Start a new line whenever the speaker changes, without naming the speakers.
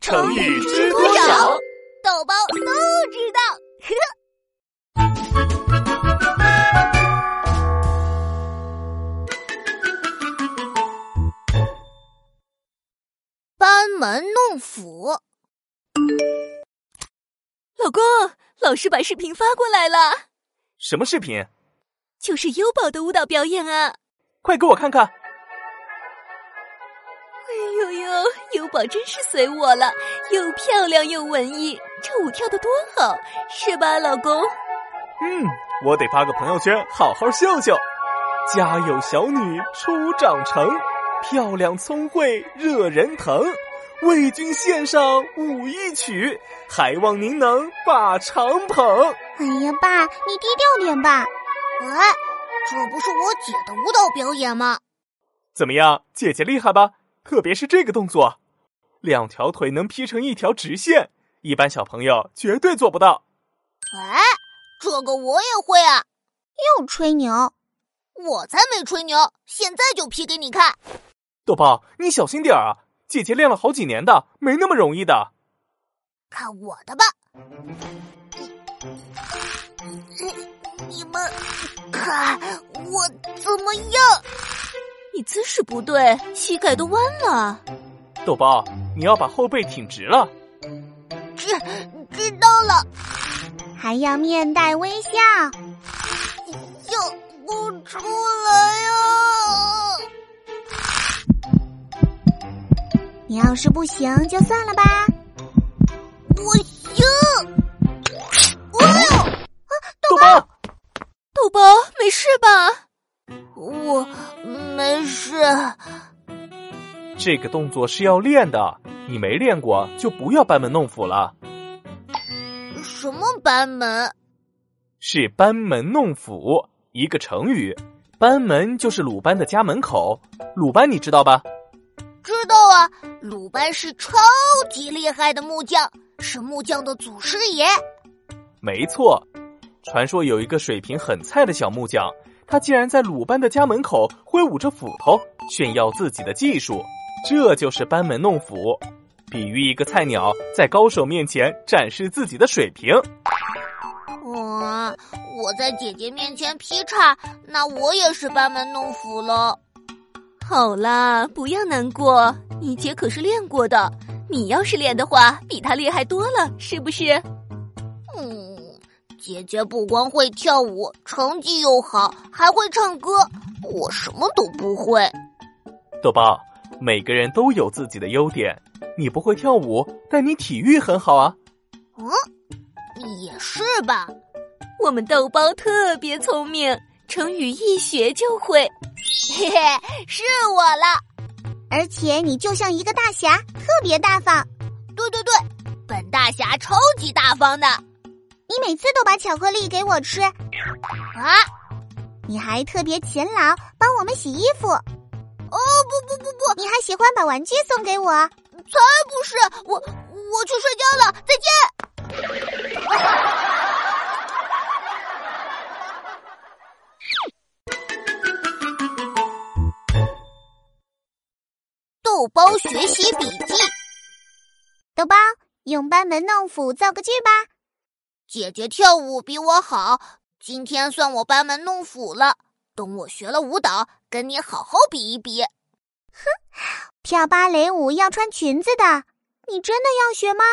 成语知多少？
豆包都知道。班门弄斧，
老公，老师把视频发过来了，
什么视频？
就是优宝的舞蹈表演啊！
快给我看看！
哎呦呦，优宝真是随我了，又漂亮又文艺，这舞跳的多好，是吧，老公？
嗯，我得发个朋友圈，好好秀秀。家有小女初长成，漂亮聪慧惹人疼。为君献上舞一曲，还望您能把长捧。
哎呀，爸，你低调点吧。喂，这不是我姐的舞蹈表演吗？
怎么样，姐姐厉害吧？特别是这个动作，两条腿能劈成一条直线，一般小朋友绝对做不到。
哎，这个我也会啊！又吹牛，我才没吹牛，现在就 P 给你看。
豆包，你小心点儿啊！姐姐练了好几年的，没那么容易的。
看我的吧！哎你们看我怎么样？
你姿势不对，膝盖都弯了。
豆包，你要把后背挺直了。
知知道了，
还要面带微笑。
要不出来呀、
你要是不行，就算了吧。
我行！哎呦，
豆包，
豆包，没事吧？
我没事。
这个动作是要练的，你没练过就不要班门弄斧了。
什么班门？
是班门弄斧，一个成语。班门就是鲁班的家门口，鲁班你知道吧？
知道啊，鲁班是超级厉害的木匠，是木匠的祖师爷。
没错，传说有一个水平很菜的小木匠，他竟然在鲁班的家门口挥舞着斧头，炫耀自己的技术，这就是班门弄斧，比喻一个菜鸟在高手面前展示自己的水平。
嗯，我在姐姐面前劈叉，那我也是班门弄斧了。
好啦，不要难过，你姐可是练过的。你要是练的话，比她厉害多了，是不是？
嗯，姐姐不光会跳舞，成绩又好，还会唱歌，我什么都不会。
豆包，每个人都有自己的优点，你不会跳舞，但你体育很好啊。
也是吧？
我们豆包特别聪明，成语一学就会。
嘿嘿，是我了。
而且你就像一个大侠，特别大方。
对对对，本大侠超级大方的
你每次都把巧克力给我吃，
啊！
你还特别勤劳，帮我们洗衣服。
哦不不不不，
你还喜欢把玩具送给我。
不是我，我去睡觉了，再见。豆包学习笔记，
豆包，用班门弄斧造个句吧。
姐姐跳舞比我好，今天算我班门弄斧了。等我学了舞蹈，跟你好好比一比。
跳芭蕾舞要穿裙子的，你真的要学吗？